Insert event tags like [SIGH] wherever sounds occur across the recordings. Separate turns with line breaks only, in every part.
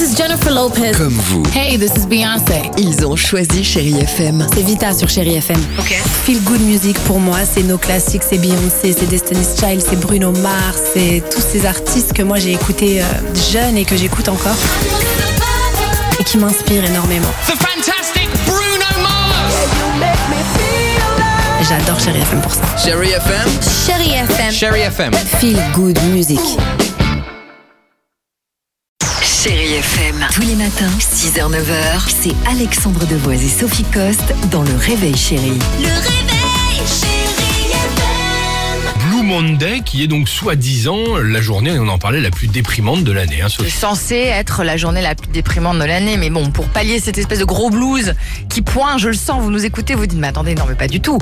is Jennifer Lopez.
Comme vous.
Hey, this is Beyoncé.
Ils ont choisi Chérie FM.
C'est Vita sur Chéri FM.
Ok.
Feel Good Music pour moi, c'est nos classiques, c'est Beyoncé, c'est Destiny's Child, c'est Bruno Mars, c'est tous ces artistes que moi j'ai écoutés euh, jeune et que j'écoute encore et qui m'inspirent énormément.
The fantastic Bruno Mars.
J'adore Chéri FM pour ça.
Chérie FM.
Chérie FM.
Chérie FM.
Feel Good Music. Chérie FM. Tous les matins, 6h, 9h, c'est Alexandre Devoise et Sophie Coste dans Le Réveil Chérie.
Le réveil, chérie FM.
Blue Monday, qui est donc soi-disant la journée, on en parlait, la plus déprimante de l'année. Hein,
est
Sophie.
censé être la journée la plus déprimante de l'année. Mais bon, pour pallier cette espèce de gros blues qui pointe, je le sens, vous nous écoutez, vous dites, mais attendez, non, mais pas du tout.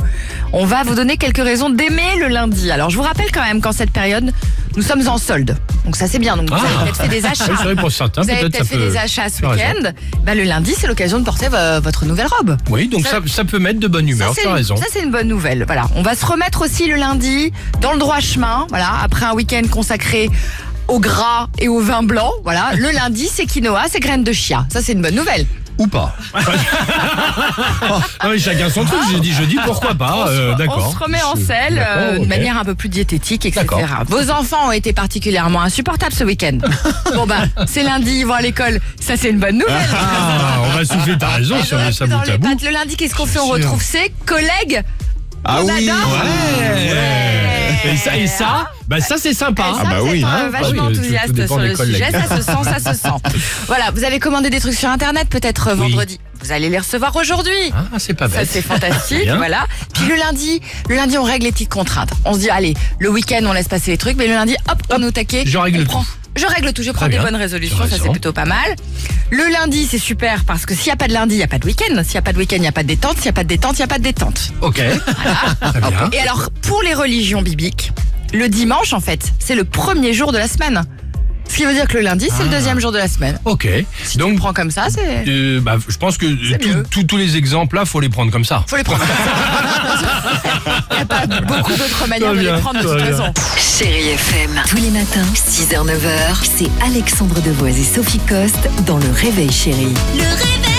On va vous donner quelques raisons d'aimer le lundi. Alors, je vous rappelle quand même qu'en cette période, nous sommes en solde. Donc ça, c'est bien. Donc, vous avez
Ah.
peut-être
[LAUGHS]
fait des
Oui,
achats.
c'est vrai, pour certains,
Vous avez
peut-être
peut-être
ça
fait
peut-
des achats ce
tu as raison.
week-end. Bah, le lundi, c'est l'occasion de porter vo- votre nouvelle robe.
Oui, donc ça, ça peut mettre de bonne
Ça,
humeur, tu
c'est-
as raison.
Ça, c'est une bonne nouvelle. Voilà. On va se remettre aussi le lundi dans le droit chemin. Voilà. Après un week-end consacré au gras et au vin blanc. Voilà.
[LAUGHS]
Le lundi, c'est quinoa, c'est graines de chia. Ça, c'est une bonne nouvelle.
Ou pas. non, mais Ah chacun son truc. J'ai dit jeudi, pourquoi pas. euh,
Ah. on, se- on
D'accord.
se remet en
Je-
selle
d'accord,
euh, de
ok.
manière un peu plus diététique, etc.
D'accord.
Vos enfants ont été particulièrement insupportables ce [LAUGHS] week-end. bon, bah, c'est lundi, ils vont à l'école. Ça, c'est une bonne nouvelle.
Ah, on va souffler, t'as raison,
Et
si
le
on met
reste
ça
dans
bout
les
à bout.
pattes. Le lundi, qu'est-ce qu'on fait On
Bien sûr.
retrouve ses collègues.
Ah
On
oui.
adore.
Ouais. Et ça, et ça, bah ça c'est sympa.
Ah, bah oui,
hein. Ah oui,
vachement
tout- tout
enthousiaste
dépend
sur
des
le
collègues.
sujet, ça se sent, ça se
[LAUGHS]
sent. Voilà, vous avez commandé des trucs sur internet peut-être euh,
Oui.
vendredi. Vous allez les recevoir aujourd'hui.
Ah, c'est pas
Ça
bête.
c'est fantastique,
[LAUGHS] Bien.
voilà. Puis le lundi, le lundi on règle les petites contraintes. On se dit allez, le week-end on laisse passer les trucs, mais le lundi hop, on est au taquet.
je règle
on
tout.
prend- Je règle tout, je prends des
bien.
bonnes résolutions, ça
raison.
c'est plutôt pas mal. Le lundi c'est super parce que s'il n'y a pas de lundi, il n'y a pas de week-end. S'il n'y a pas de week-end, il n'y a pas de détente. S'il n'y a pas de détente, il n'y a pas de détente. [LAUGHS]
Ok. Très bien.
Et alors, pour les religions bibliques, le dimanche, en fait, c'est le premier jour de la semaine. Ce qui veut dire que le lundi, c'est le
Ah.
deuxième jour de la semaine.
Ok.
Si tu
Donc,
le prends comme ça, c'est.
euh, bah, je pense que tout-
mieux.
tout- tous les exemples là, faut les prendre comme ça.
Faut les
[LAUGHS]
prendre. Il n'y a pas beaucoup d'autres manières
Très
de
bien,
les prendre de
très
toute
bien.
façon.
Chérie FM. Tous les matins, 6h, 9h, c'est Alexandre Devoise et Sophie Coste dans Le Réveil Chérie.
Le réveil.